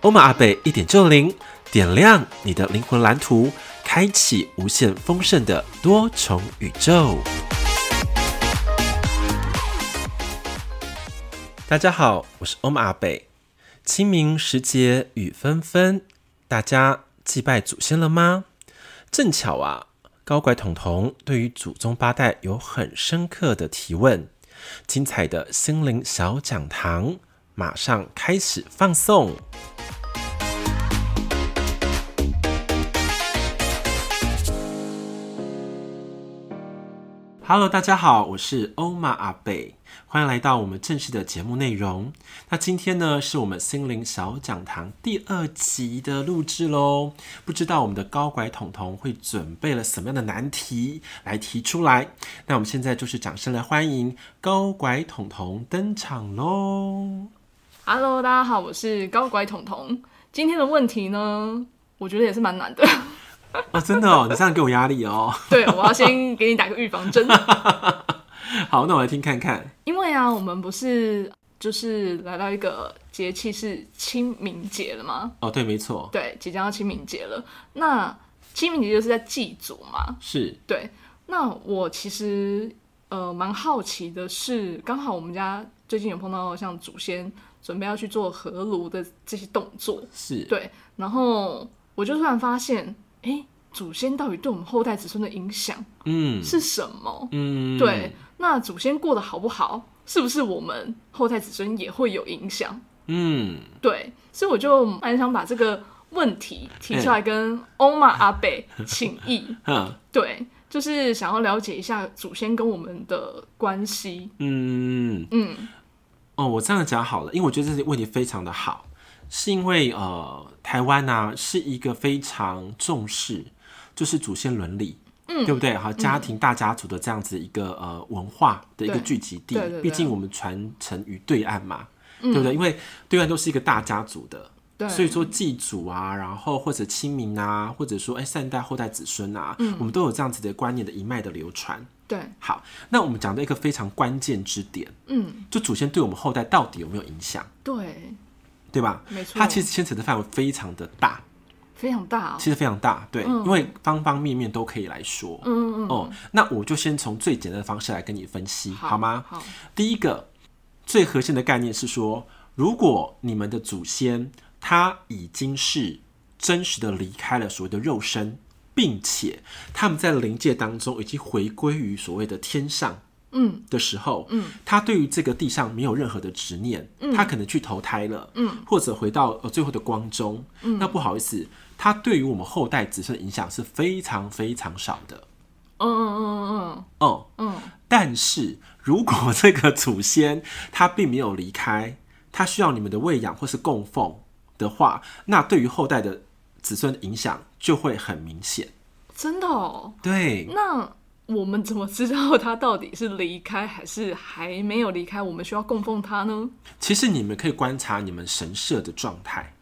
欧玛阿贝一点就灵，点亮你的灵魂蓝图，开启无限丰盛的多重宇宙。大家好，我是欧玛阿贝。清明时节雨纷纷，大家祭拜祖先了吗？正巧啊，高拐彤彤对于祖宗八代有很深刻的提问，精彩的心灵小讲堂马上开始放送。Hello，大家好，我是欧玛阿贝，欢迎来到我们正式的节目内容。那今天呢，是我们心灵小讲堂第二集的录制喽。不知道我们的高拐彤彤会准备了什么样的难题来提出来？那我们现在就是掌声来欢迎高拐彤彤登场喽。 Hello，大家好，我是高拐彤彤。今天的问题呢，我觉得也是蛮难的。 哦，真的哦，你这样给我压力哦。对，我要先给你打个预防针，好，那我来听看看。因为啊，我们不是就是来到一个节气是清明节了吗？哦，对，没错，对，即将要清明节了。那清明节就是在祭祖嘛。是对，那我其实呃蛮好奇的是，刚好我们家最近有碰到像祖先准备要去做合炉的这些动作，是，对，然后我就突然发现，哎，祖先到底对我们后代子孙的影响嗯是什么？嗯，对，，那祖先过得好不好，是不是我们后代子孙也会有影响？嗯，对，所以我就蛮想把这个问题提出来嗯跟欧玛阿贝请益，哼，对，就是想要了解一下祖先跟我们的关系。嗯。嗯，哦，我这样讲好了，因为我觉得这些问题非常的好，是因为呃，台湾呢、是一个非常重视就是祖先伦理，嗯，对不对？好，家庭大家族的这样子一个、呃文化的一个对聚集地对对，对嗯毕竟我们传承于对岸嘛，对不对？因为对岸都是一个大家族的，对，所以说祭祖啊，然后或者清明啊，或者说哎善待后代子孙啊，嗯我们都有这样子的观念的一脉的流传。对，好，那我们讲到一个非常关键之点，嗯，就祖先对我们后代到底有没有影响，对，对吧？没错，它其实牵扯的范围非常的大，非常大、哦。其实非常大，对，因为方方面面都可以来说。嗯嗯哦、那我就先从最简单的方式来跟你分析，嗯，好吗？好，第一个最核心的概念是说，如果你们的祖先他已经是真实的离开了所谓的肉身，并且他们在灵界当中已经回归于所谓的天上，嗯。的时候，嗯，他对于这个地上没有任何的执念，嗯，他可能去投胎了，嗯，或者回到呃最后的光中，嗯，那不好意思，他对于我们后代子孙的影响是非常非常少的，嗯嗯哦、嗯嗯嗯，但是如果这个祖先他并没有离开，他需要你们的喂养或是供奉的话，那对于后代的子孙的影响就会很明显，真的哦。对，那我们怎么知道他到底是离开还是还没有离开？我们需要供奉他呢？其实你们可以观察你们神社的状态。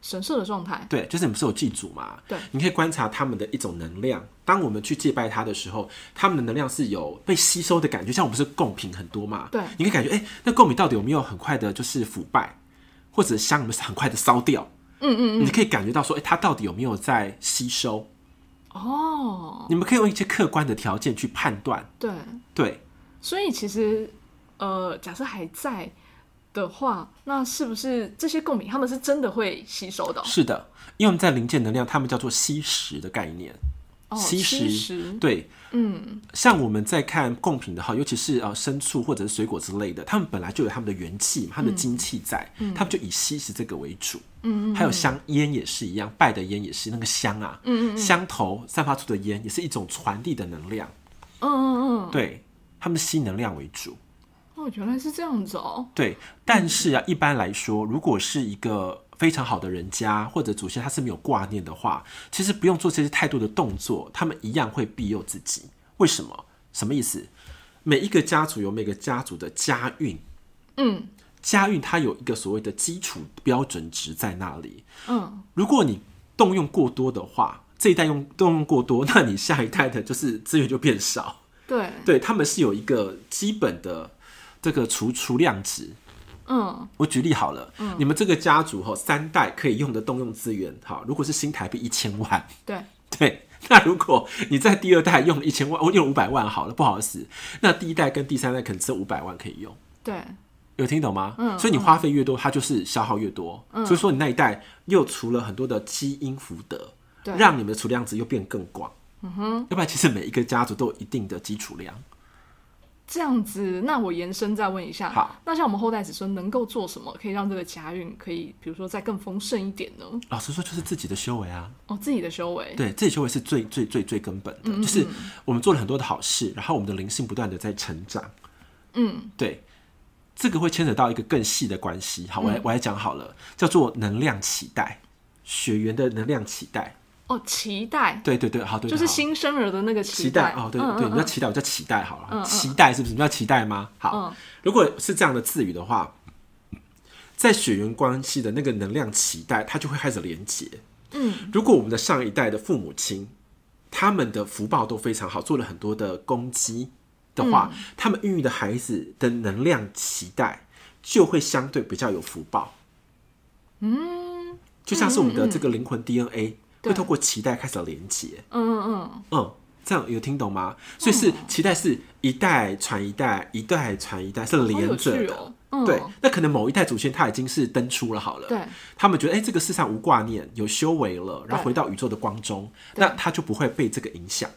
神社的状态，对，就是你们是有祭祖嘛？对你可以观察他们的一种能量。当我们去祭拜他的时候，他们的能量是有被吸收的感觉，像我们是贡品很多嘛，对你可以感觉，哎、那贡品到底有没有很快的，就是腐败，或者香，我们很快的烧掉？嗯嗯你可以感觉到说，哎、它到底有没有在吸收？哦，你们可以用一些客观的条件去判断，对，对，所以其实呃，假设还在的话，那是不是这些贡品他们是真的会吸收的哦？是的，因为我们在零件能量，他们叫做吸食的概念，哦，吸食吸食，对，嗯，像我们在看贡品的话，尤其是呃牲畜或者是水果之类的，他们本来就有他们的元气嘛，他们的精气在，他们就以吸食这个为主。嗯，还有香烟也是一样，拜的烟也是那个香啊，嗯香头散发出的烟也是一种传递的能量，嗯嗯嗯，对，他们吸能量为主。哦，原来是这样子哦，对，但是啊，一般来说，如果是一个非常好的人家，或者祖先他是没有挂念的话，其实不用做这些太多的动作，他们一样会庇佑自己。为什么？什么意思？每一个家族有每个家族的家运，嗯家运它有一个所谓的基础标准值在那里。嗯，如果你动用过多的话，这一代用动用过多， 那你下一代的就是资源就变少。对，对，他们是有一个基本的这个储储量值。嗯我举例好了，你们这个家族哈，三代可以用的动用资源，好，如果是新台币一千万， 对，对，那如果你在第二代用了一千万，我用五百万好了，不好意思，那第一代跟第三代可能只有五百万可以用，对，有听懂吗？嗯，所以你花费越多，它就是消耗越多，嗯，所以说你那一代又除了很多的基因福德，对让你们的储量值又变更广，嗯哼，要不然其实每一个家族都有一定的基础量，这样子。那我延伸再问一下，好，那像我们后代子孙能够做什么，可以让这个家运可以，比如说再更丰盛一点呢？老实说就是自己的修为啊，哦，自己的修为，对，自己修为是最最最最根本的，嗯就是我们做了很多的好事，然后我们的灵性不断的在成长。嗯，对，这个会牵扯到一个更细的关系。好，我嗯来、我来讲好了，叫做能量期待，血缘的能量期待。哦，期待，对对对，好，对，就是好新生儿的那个期待待哦，对嗯对，你叫期待，我叫期待好了，期待是不是？你叫期待吗？好，如果是这样的字语的话，在血缘关系的那个能量期待，它就会开始连结。嗯，如果我们的上一代的父母亲，他们的福报都非常好，做了很多的攻击的话，他们孕育的孩子的能量期待就会相对比较有福报。嗯，就像是我们的这个灵魂 DNA、会对透过脐带开始连接。嗯嗯嗯，这样有听懂吗？所以是脐带是一代传一代，一代传一代是嗯，好有连着趣的。哦，嗯，对，那可能某一代祖先他已经是登出了好了，对，他们觉得哎、这个世上无挂念，有修为了，然后对回到宇宙的光中，那他就不会被这个影响。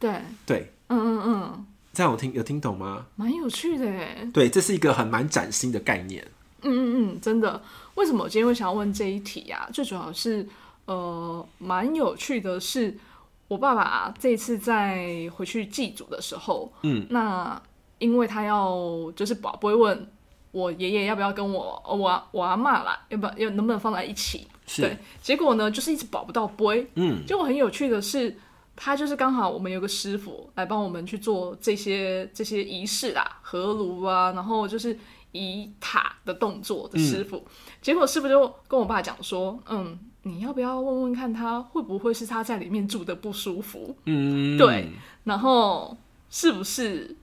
对，对，嗯嗯嗯，这样有听有听懂吗？蛮有趣的耶，对，这是一个很蛮崭新的概念。嗯嗯嗯，真的。为什么我今天会想要问这一题呀、最主要是，呃，蛮有趣的是，我爸爸、这一次在回去祭祖的时候，嗯，那因为他要就是宝不会问我爷爷要不要跟我呃我我阿妈啦，要不要要能不能放在一起？对是，，结果呢就是一直保不到杯。嗯，结果很有趣的是，他就是刚好我们有个师傅来帮我们去做这些这些仪式啊，合炉啊，然后就是移塔的动作的师傅。结果师傅就跟我爸讲说，嗯，你要不要问问看他会不会是他在里面住的不舒服，嗯，对，然后是不是？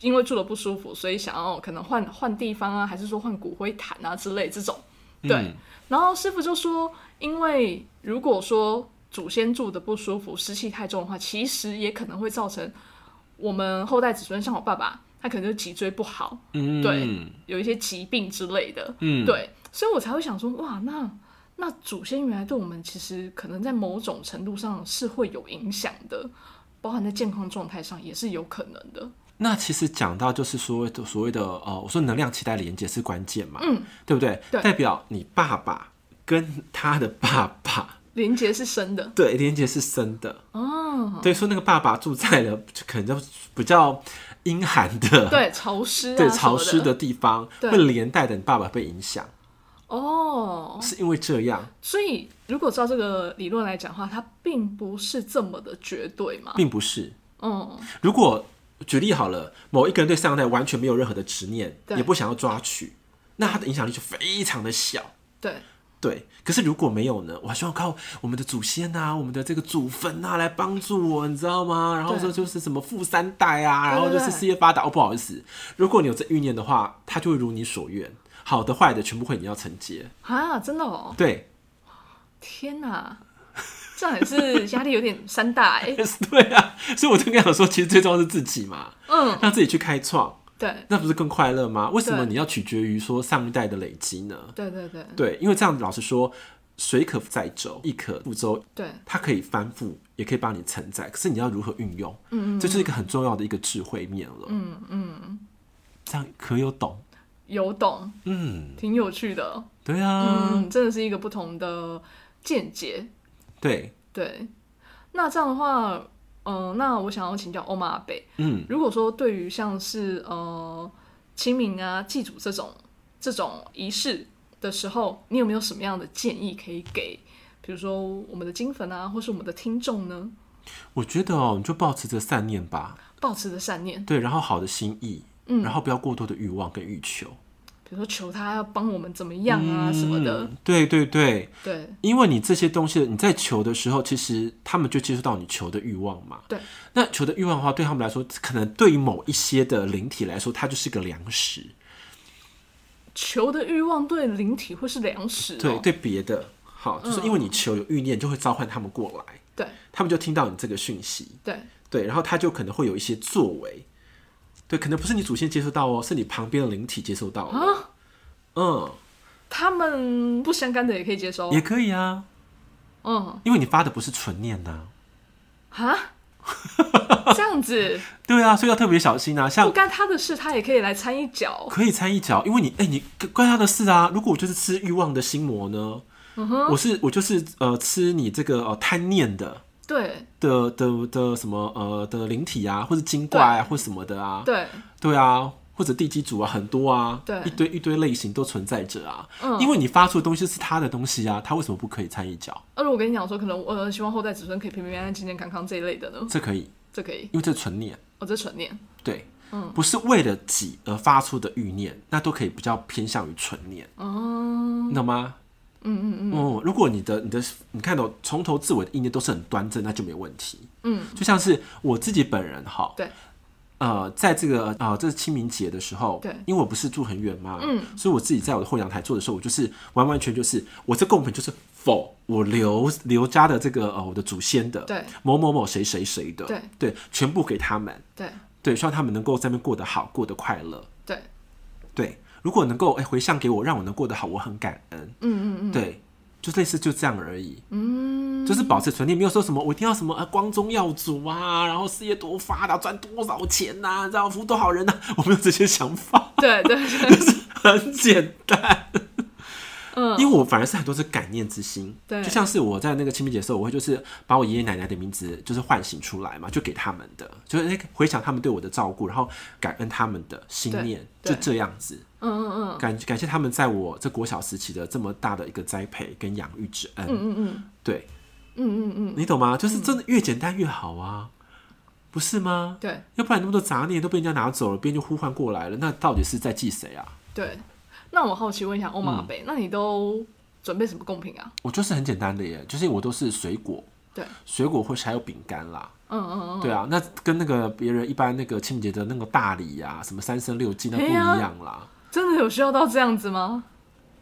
因为住的不舒服，所以想要可能换换地方啊，还是说换骨灰坛啊之类这种，对，嗯然后师傅就说，因为如果说祖先住的不舒服，湿气太重的话，其实也可能会造成我们后代子孙，像我爸爸，他可能就脊椎不好，嗯，对，有一些疾病之类的。嗯，对，所以我才会想说，哇，那那祖先原来对我们其实可能在某种程度上是会有影响的，包含在健康状态上也是有可能的。那其实讲到就是说所谓的呃，我说能量期待连接是关键嘛，嗯，对不对？对代表你爸爸跟他的爸爸，连接是深的对，连接是深的。哦，对，说那个爸爸住在了就可能就比较阴寒的，对，潮湿啊，对潮湿的地方，对会连带的你爸爸被影响，哦，是因为这样，所以，如果照这个理论来讲的话，它并不是这么的绝对嘛。并不是。嗯，如果举例好了，某一个人对上一代完全没有任何的执念，对也不想要抓取，那他的影响力就非常的小。对，对，可是如果没有呢？我还希望靠我们的祖先啊，我们的这个祖坟啊来帮助我，你知道吗？然后对说就是什么富三代啊，然后就对是对事业发达。哦，不好意思，如果你有这欲念的话，它就会如你所愿，好的坏的全部会你要承接。啊，真的哦，对， 天哪，这样也是压力有点山大哎、对啊，所以我就跟他说，其实最重要是自己嘛，嗯，让自己去开创，对，那不是更快乐吗？为什么对你要取决于说上一代的累积呢？对对对对，因为这样老实说，水可载舟，亦可覆舟，对，它可以翻覆，也可以帮你承载，可是你要如何运用，嗯这就是一个很重要的一个智慧面了。嗯嗯，这样可有懂？有懂，嗯，挺有趣的，对啊，嗯，真的是一个不同的见解。对，对，那这样的话，嗯、那我想要请教欧玛贝，嗯，如果说对于像是呃清明啊、祭祖这种这种仪式，的时候，你有没有什么样的建议可以给，比如说我们的金粉啊，或是我们的听众呢？我觉得哦，你就保持着善念吧，保持着善念，对，然后好的心意，嗯，然后不要过多的欲望跟欲求，比如说求他要帮我们怎么样啊、什么的，嗯，对对对，对因为你这些东西你在求的时候，其实他们就接触到你求的欲望嘛。对，那求的欲望的话，对他们来说，可能对于某一些的灵体来说，它就是个粮食。求的欲望对灵体或是粮食、对哦，嗯对，别的好，就是因为你求有欲念，就会召唤他们过来，对他们就听到你这个讯息，对对，然后他就可能会有一些作为，对，可能不是你祖先接收到哦，是你旁边的灵体接收到了，啊，嗯，他们不相干的也可以接收，也可以啊，嗯因为你发的不是纯念呐、啊， 这样子对啊，所以要特别小心啊，像不干他的事，他也可以来掺一脚。可以掺一脚，因为你哎、你关他的事啊。如果我就是吃欲望的心魔呢，我是我就是呃吃你这个呃贪念的对的的的什么呃的灵体啊，或者精怪啊，或什么的啊，对对啊，或者地基主啊，很多啊，对一堆一堆类型都存在着啊。嗯因为你发出的东西是他的东西啊，他为什么不可以掺一脚？而我跟你讲说，可能我、呃、希望后代子孙可以平平安安、健健康康这一类的呢，这可以，这可以。因为这是纯念，哦，这纯念，对。嗯不是为了己而发出的欲念，那都可以比较偏向于纯念。哦，你懂吗？嗯嗯嗯。哦，如果你的你的你看到从头至尾的意念都是很端正，那就没问题。嗯，就像是我自己本人哈，对，呃，在这个呃这是清明节的时候，对因为我不是住很远嘛，嗯，所以我自己在我的后阳台做的时候，我就是完完全就是我这贡品就是否我刘刘家的这个呃我的祖先的，对，某某某谁谁谁的，对对，全部给他们，对对，希望他们能够在那边过得好，过得快乐，对，对，如果能够哎、回向给我，让我能过得好，我很感恩。嗯嗯嗯对，就类似就这样而已，嗯，就是保持纯念，没有说什么我一定要什么呃光宗耀祖啊，然后事业多发达，赚多少钱呐、然后服务多少人呐、 我没有这些想法，对对对，很简单。嗯，因为我反而是很多是感念之心，对就像是我在那个清明节的时候，我会就是把我爷爷奶奶的名字就是唤醒出来嘛，就给他们的，就是哎回想他们对我的照顾，然后感恩他们的心对念，就对这样子，嗯嗯感感谢他们在我这国小时期的这么大的一个栽培跟养育之恩，嗯嗯嗯对，嗯嗯嗯，你懂吗？就是真的越简单越好啊，不是吗？对要不然那么多杂念都被人家拿走了，别人就呼唤过来了，那到底是在祭谁啊？对。那我好奇问一下欧玛贝，那你都准备什么贡品啊？我就是很简单的耶，就是我都是水果，对，水果或是还有饼干啦。嗯嗯嗯，对啊，那跟那个别人一般那个清明节的那个大礼呀、什么三生六计那不嘿一呀样啦。真的有需要到这样子吗？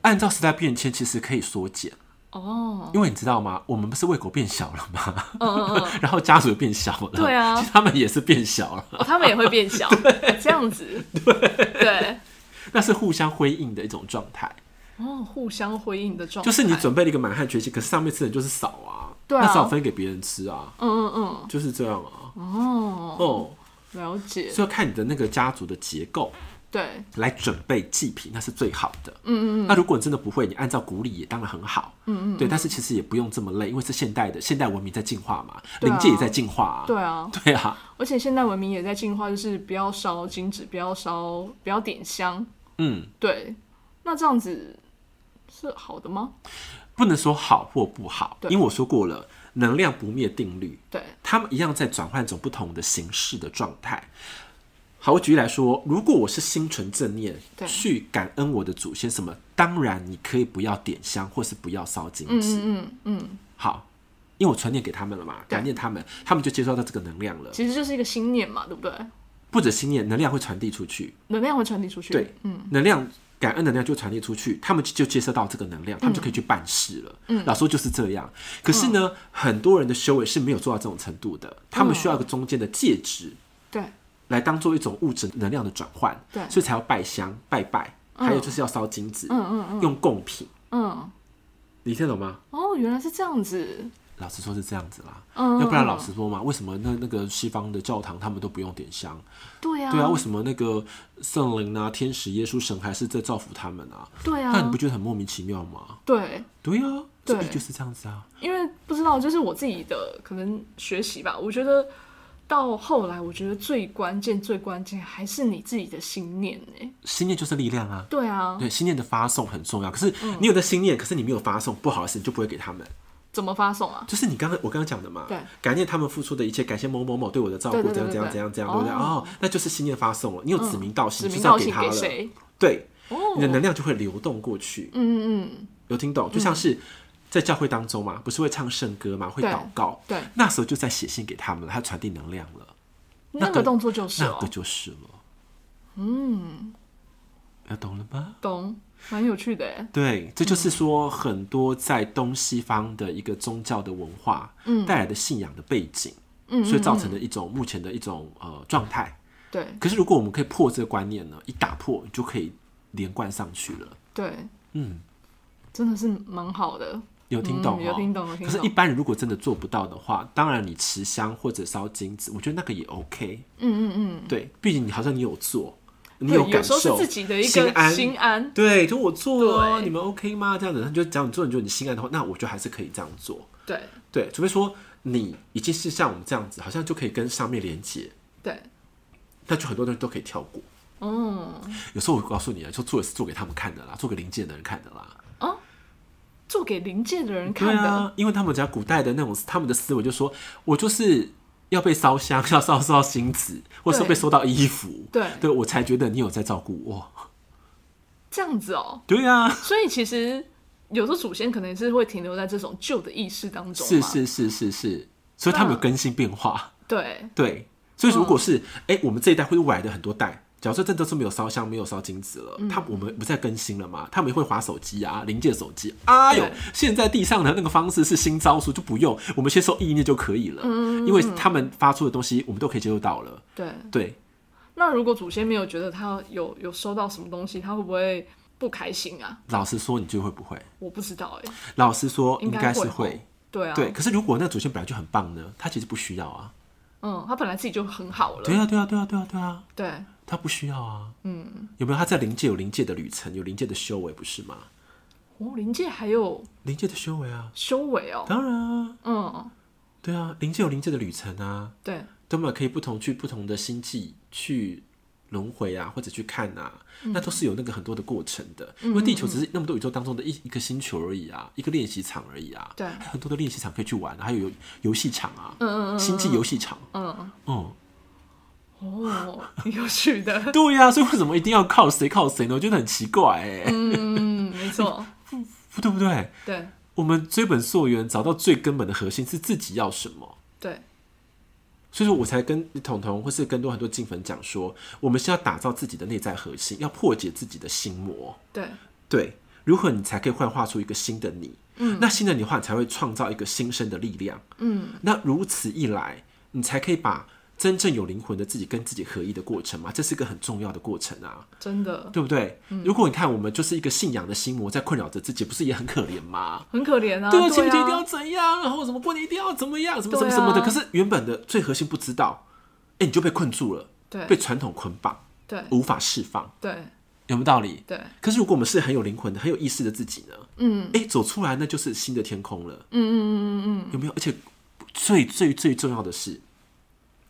按照时代变迁，其实可以缩减，哦，因为你知道吗？我们不是胃口变小了吗？嗯嗯嗯，然后家族也变小了，对啊其实他们也是变小了，哦，他们也会变小，这样子，对对，那是互相辉映的一种状态。哦，互相回应的状态，就是你准备了一个满汉全席，可是上面吃的人就是少啊，对啊那少分给别人吃啊，嗯嗯就是这样啊。嗯，哦，哦，了解，所以要看你的那个家族的结构对，来准备祭品，那是最好的。嗯嗯嗯，那如果你真的不会，你按照古礼也当然很好，嗯嗯，对。但是其实也不用这么累，因为是现代的现代文明在进化嘛，对啊灵界也在进化啊，对啊，对啊，而且现代文明也在进化，就是不要烧金纸，不要烧，不要点香，嗯，对，那这样子是好的吗？不能说好或不好，对因为我说过了，能量不灭定律，对，他们一样在转换一种不同的形式的状态。好，我举例来说，如果我是心存正念对去感恩我的祖先什么，当然你可以不要点香，或是不要烧金嗯纸。嗯嗯嗯，好，因为我传念给他们了嘛，对感念他们，他们就接收到这个能量了。其实就是一个心念嘛，对不对？不止心念，能量会传递出去。能量会传递出去，对，嗯，能量感恩能量就传递出去，他们就接收到这个能量，嗯他们就可以去办事了。嗯，老实说就是这样。可是嗯呢，很多人的修为是没有做到这种程度的，他们需要一个中间的介质。对，来当做一种物质能量的转换，对所以才要拜香、拜拜，还有就是要烧金纸，嗯嗯嗯用贡品，嗯，你听得懂吗？哦，原来是这样子，老实说是这样子啦，嗯，要不然老师，实说嘛，为什么那那个西方的教堂他们都不用点香？对啊，对啊，为什么那个圣灵啊、天使、耶稣、神还是在造福他们啊？对那你啊不，觉得很莫名其妙吗？对，对啊，这对就是这样子啊。因为不知道，就是我自己的可能学习吧，我觉得到后来，我觉得最关键、最关键还是你自己的心念呢。心念就是力量啊。对啊，对，心念的发送很重要。可是嗯你有的心念，可是你没有发送，不好意思，你就不会给他们。怎么发送啊？就是你刚刚我刚刚讲的嘛对，感念他们付出的一切，感谢某某某对我的照顾，对对怎样对怎样对怎样怎样，对哦嗯不对？哦，那就是心念发送了，你有指名道姓，就指名是要道给姓他给了。谁？对，哦，你的能量就会流动过去。嗯嗯嗯，有听懂？就像是在教会当中嘛，不是会唱圣歌嘛，会对祷告。对，那时候就在写信给他们了，他传递能量了，那那个个动作就是那哦个，就是了。嗯，要懂了吗？懂，蛮有趣的哎。对，这就是说很多在东西方的一个宗教的文化，嗯，带来的信仰的背景，嗯，所以造成的一种目前的一种呃状态。对可是如果我们可以破这个观念呢，一打破你就可以连贯上去了。对，嗯，真的是蛮好的。有听懂、哦嗯有听懂有听可是，懂一般人如果真的做不到的话，当然你持香或者烧金子，我觉得那个也 OK。嗯嗯嗯，对，毕竟你好像你有做，你对，感时候是受，自己的一心个安心 安。对，就我做了，对你们 OK 吗？这样子，他就讲你做，你觉得你心安的话，那我觉得还是可以这样做。对对，除非说你已经是像我们这样子，好像就可以跟上面连接，对，那就很多东西都可以跳过。嗯，有时候我告诉你啊，就做也是做给他们看的啦，做给零件的人看的啦。做给临界的人对看的。啊，因为他们讲古代的那种，他们的思维就说，我就是要被烧香，要烧烧到心子，或是对被收到衣服，对对我才觉得你有在照顾我。这样子哦。对啊，所以其实有时候祖先可能是会停留在这种旧的意识当中是嘛，是是是是，所以他们有那更新变化。对对，所以如嗯果是哎、诶我们这一代或者未来的很多代，假如说真的是没有烧香、没有烧金子了，嗯他我们不再更新了嘛，他们也会划手机啊，临界手机。哎呦对，现在地上的那个方式是新招数，就不用，我们先收意念就可以了，嗯因为他们发出的东西我们都可以接受到了。对。对，那如果祖先没有觉得他有有收到什么东西，他会不会不开心啊？老实说，你就会不会？我不知道哎、老实说，应应该该是会会吼。对啊，对，可是如果那祖先本来就很棒呢，他其实不需要啊。嗯，他本来自己就很好了，对啊，对啊，对啊，对啊，对啊，对他不需要啊。嗯，有没有他在灵界有灵界的旅程，有灵界的修为，不是吗？哦，灵界还有灵界的修为啊，修为哦，当然啊，嗯，对啊，灵界有灵界的旅程啊，对，他们可以不同去不同的星际去轮回啊，或者去看啊，那都是有那个很多的过程的。因为地球只是那么多宇宙当中的一一个星球而已啊，一个练习场而已啊，对还有很多的练习场可以去玩啊，还有游游戏场啊，嗯嗯星际游戏场，嗯，嗯，哦，有趣 的，对呀、所以为什么一定要靠谁靠谁呢？我觉得很奇怪哎、嗯，没错，对不对？对我们追本溯源，找到最根本的核心是自己要什么。对所以说我才跟彤彤或是更多很多金粉讲说，我们是要打造自己的内在核心，要破解自己的心魔。对对，如何你才可以幻化出一个新的你？嗯，那新的你的话，你才会创造一个新生的力量。嗯，那如此一来，你才可以把真正有灵魂的自己跟自己合一的过程嘛，这是一个很重要的过程啊，真的对不对？如果你看我们就是一个信仰的心魔在困扰着自己，不是也很可怜吗？很可怜啊，对对啊，情人节一定啊要怎样，然后什么过年一定要怎么样，什么什对么啊什么的。可是原本的最核心不知道，哎、你就被困住了，对啊被传统捆绑，对无法释放，对有没有道理？对，可是如果我们是很有灵魂的、很有意识的自己呢？嗯，哎、走出来那就是新的天空了。嗯嗯嗯嗯嗯，有没有？而且最最最重要的是，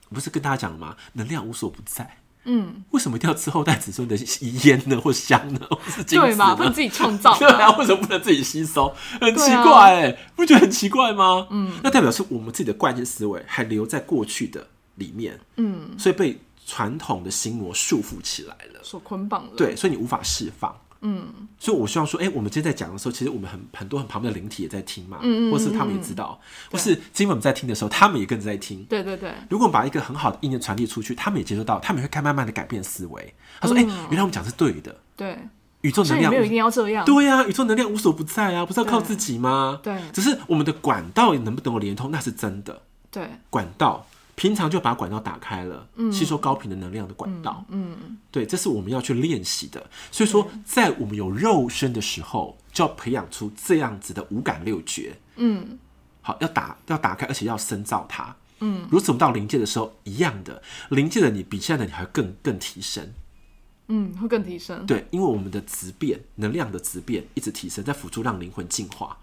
我不是跟大家讲了吗？能量无所不在。嗯，为什么一定要吃后代子孙的遗烟呢，或香呢，或是精子对嘛，呢？不能自己创 造对嘛，啊，为什么不能自己吸收？很对奇啊怪、欸，不觉得很奇怪吗？嗯，那代表是我们自己的惯性思维还留在过去的里面，嗯，所以被传统的心魔束缚起来了。 所捆绑了，对，所以你无法释放。嗯，所以我希望说，哎、我们今天在讲的时候，其实我们很很多很旁边的灵体也在听嘛，嗯或是他们也知道，或是今天我们在听的时候，他们也跟着在听。对对对，如果我们把一个很好的意念传递出去，他们也接受到，他们也会开慢慢的改变思维。他说：“哎、原来我们讲的是对的，对，宇宙所能以也量没有无一定要这样。对啊呀、宇宙能量无所不在啊，不是要靠自己吗？对只是我们的管道能不能够连通，那是真的。对管道平常就把管道打开了，吸收高频的能量的管道，嗯，对，这是我们要去练习的。所以说，在我们有肉身的时候，就要培养出这样子的五感六觉，嗯，好，要打要打开，而且要深造它。嗯，如此我们到临界的时候，一样的，临界的你比现在的你还更更提升，嗯，会更提升。对，因为我们的质变能量的质变一直提升，在辅助让灵魂进化。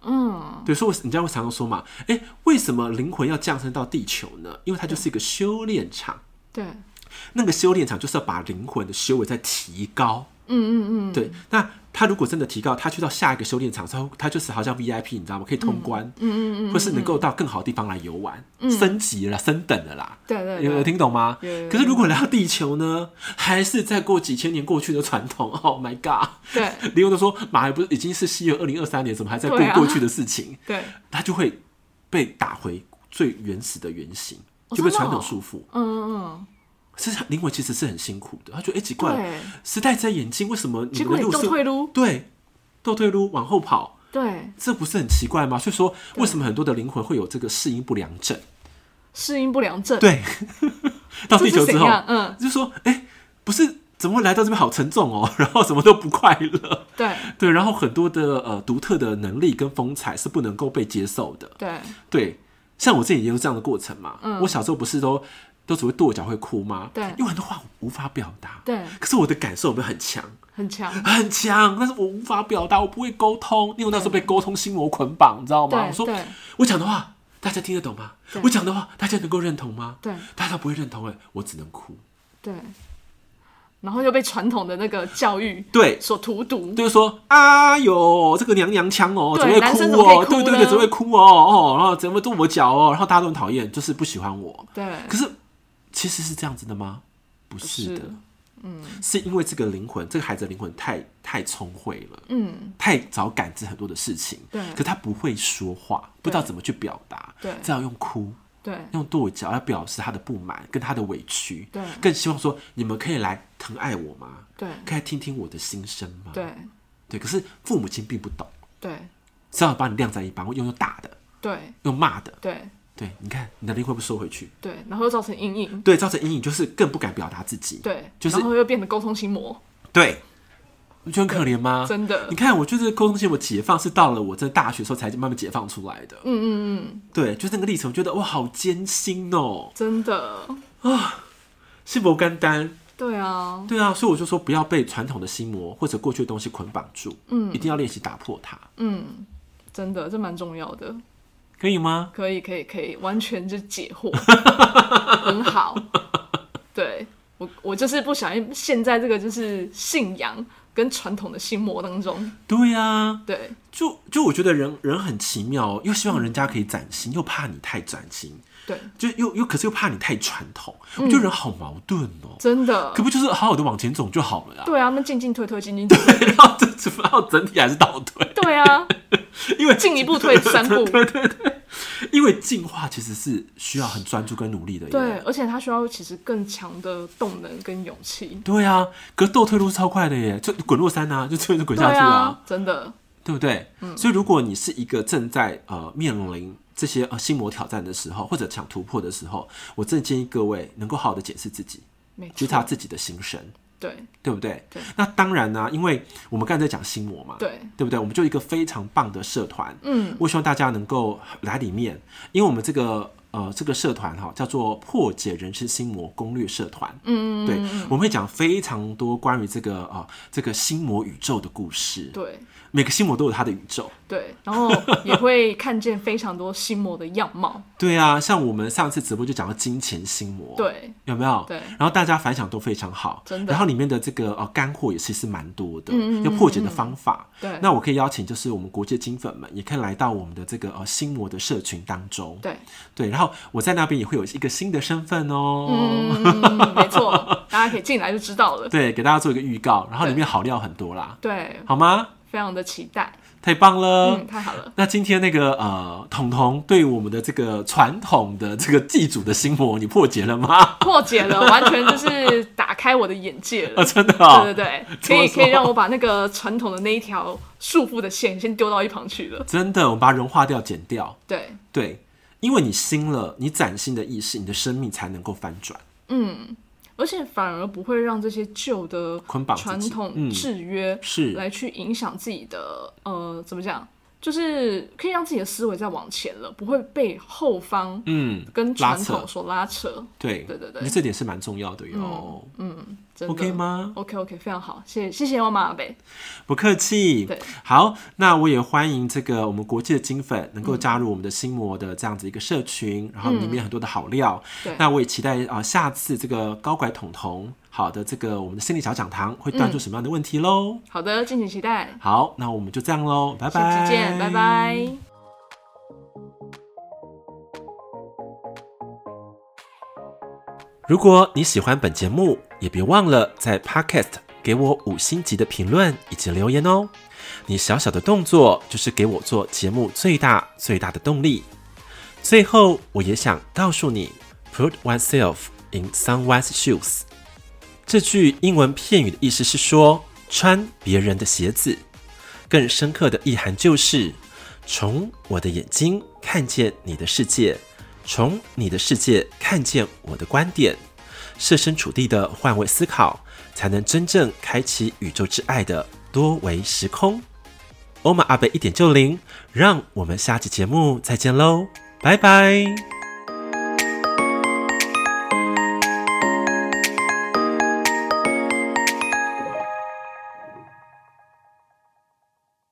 嗯，对，所以我你知道我常常说嘛，哎，为什么灵魂要降生到地球呢？因为它就是一个修炼场，对，嗯那个修炼场就是要把灵魂的修为再提高。嗯嗯嗯，对，那他如果真的提高，他去到下一个修炼场之后，他就是好像 VIP，你知道吗？可以通关，嗯嗯嗯，嗯或是能够到更好的地方来游玩，升级了，升等了啦。对对有有对，听懂吗有有？有可是如果来到地球呢，还是再过几千年过去的传统。Oh my god！对李勇都说，马还不是已经是西元二零二三年，怎么还在过对啊过去的事情？对，他就会被打回最原始的原形，哦就被真的传哦统束缚。嗯嗯是灵魂其实是很辛苦的。他觉得，哎、奇怪了，对，时代在演进，为什么你结们果的你路都是退路，对倒退路往后跑？对，这不是很奇怪吗？所以说，为什么很多的灵魂会有这个适应不良症？适应不良症，对， 到这地是球怎之后，样？嗯，就说，哎、不是，怎么会来到这边好沉重哦， 然后什么都不快乐， 对对，然后很多的呃独特的能力跟风采是不能够被接受的，对，对，像我自己也有这样的过程嘛，嗯我小时候不是都都只会跺脚会哭吗？对因为很多话我无法表达，对可是我的感受有没有很强？很强，很强，但是我无法表达，我不会沟通，因为我那时候被沟通心魔捆绑，你知道吗？对我说对我讲的话大家听得懂吗对？我讲的话大家能够认同吗？对大家不会认同哎，我只能哭。对，然后又被传统的那个教育对，所荼毒，就是说，哎呦，这个娘娘腔哦，对怎么会男生怎哭么可哦？以哭对对呢对，怎么会哭哦？哦，然后怎么会跺我脚哦？然后大家都很讨厌，就是不喜欢我。哦对可是其实是这样子的吗？不是的是，嗯，是因为这个灵魂，这个孩子的灵魂太太聪慧了，嗯，太早感知很多的事情，对可他不会说话，不知道怎么去表达，对只好用哭。对用跺脚来表示他的不满跟他的委屈，对更希望说你们可以来疼爱我吗？对可以来听听我的心声吗？对对，可是父母亲并不懂，对只好把你晾在一旁，用用打的，对用骂的。对对，你看你的灵魂不收回去，对，然后又造成阴影，对，造成阴影就是更不敢表达自己。对，就是然后又变得沟通心魔，对，你觉得很可怜吗？真的啊你，看，我就是沟通性我解放是到了我真的大学的时候才慢慢解放出来的。嗯嗯嗯，对，就是那个历程，我觉得哇，好艰辛哦，真的，是不甘单。对啊，对啊，所以我就说不要被传统的心魔或者过去的东西捆绑住，嗯，一定要练习打破它，嗯，真的，这蛮重要的。可以吗？可以，可以，可以，完全是解 惑，很好。对我，我就是不小心陷在这个就是信仰跟传统的心魔当中。对啊，对，就就我觉得人人很奇妙、哦，又希望人家可以崭新，又怕你太崭新，对，就又又可是又怕你太传统，我觉得人好矛盾哦。嗯真的可，不就是好好的往前走就好了啊？对啊，那进进退退，进进退退， 然后这怎么样整体还是倒退？对啊，因为进一 步退三步，因为进化其实是需要很专注跟努力的。对，。而且他需要其实更强的动能跟勇气。对啊，可是斗退路是超快的耶，就滚落山啊，就就就滚对下去啊，啊，嗯真的，对不对？所以如果你是一个正在呃面临这些呃心魔挑战的时候，或者想突破的时候，我真的建议各位能够好好的检视自己，没觉察错，自己的心声，对对不对？对那当然呢、因为我们刚才在讲心魔嘛，对，对不对？我们就有一个非常棒的社团，嗯，我希望大家能够来里面，因为我们这个呃这个社团哈、叫做破解人生心魔攻略社团，嗯，对，我们会讲非常多关于这个啊、这个心魔宇宙的故事，对每个心魔都有它的宇宙。对，然后也会看见非常多心魔的样 貌。对啊，像我们上次直播就讲到金钱心魔，，对，有没有？对然后大家反响都非常好，真的嗯然后里面的这个呃干货也其实蛮多的，要破解的方法。对那我可以邀请，就是我们国际的金粉们，也可以来到我们的这个呃心魔的社群当中。对。对，然后我在那边也会有一个新的身份哦。嗯，没错， 大家可以进来就知道了。对，给大家做一个预告，然后里面好料很多啦，对，好吗？非常的期待。太棒了！嗯，太好了。那今天那个呃，彤彤对我们的这个传统的这个祭祖的心魔，你破解了吗？ 破解了，完全就是打开我的眼界啊，了。真的哦对对对，怎可么以说可以让我把那个传统的那一条束缚的线先丢到一旁去了。真的，我们把它融化掉、剪掉。对，对，因为你新了，你崭新的意识，你的生命才能够翻转。而且反而不会让这些旧的捆绑自己传统嗯制约是，来去影响自己的呃，怎么讲？就是可以让自己的思维再往前了，不会被后方嗯，跟拉传扯统所拉扯。对，对对我对觉得这点是蛮重要的哟。嗯，真的 OK 吗？ ？OK OK，非常好，谢谢谢谢我马贝，不客气对。好，那我也欢迎这个我们国际的金粉能够加入我们的心魔的这样子一个社群，然后里面有很多的好料。嗯对那我也期待啊、呃下次这个高拐彤彤好的这个我们的心理小讲堂会嗯端出什么样的问题喽？好的，敬请期待，好，那我们就这样喽，拜下拜，期见，拜拜。如果你喜欢本节目，也别忘了在 Podcast 给我五星级的评论以及留言哦。你小小的动作就是给我做节目最大最大的动力。最后，我也想告诉你，Put oneself in someone's shoes。这句英文片语的意思是说穿别人的鞋子，更深刻的意涵就是从我的眼睛看见你的世界，从你的世界看见我的观点，设身处地的换位思考，才能真正开启宇宙之爱的多维时空。欧玛阿贝一点就灵，让我们下期节目再见喽，拜拜。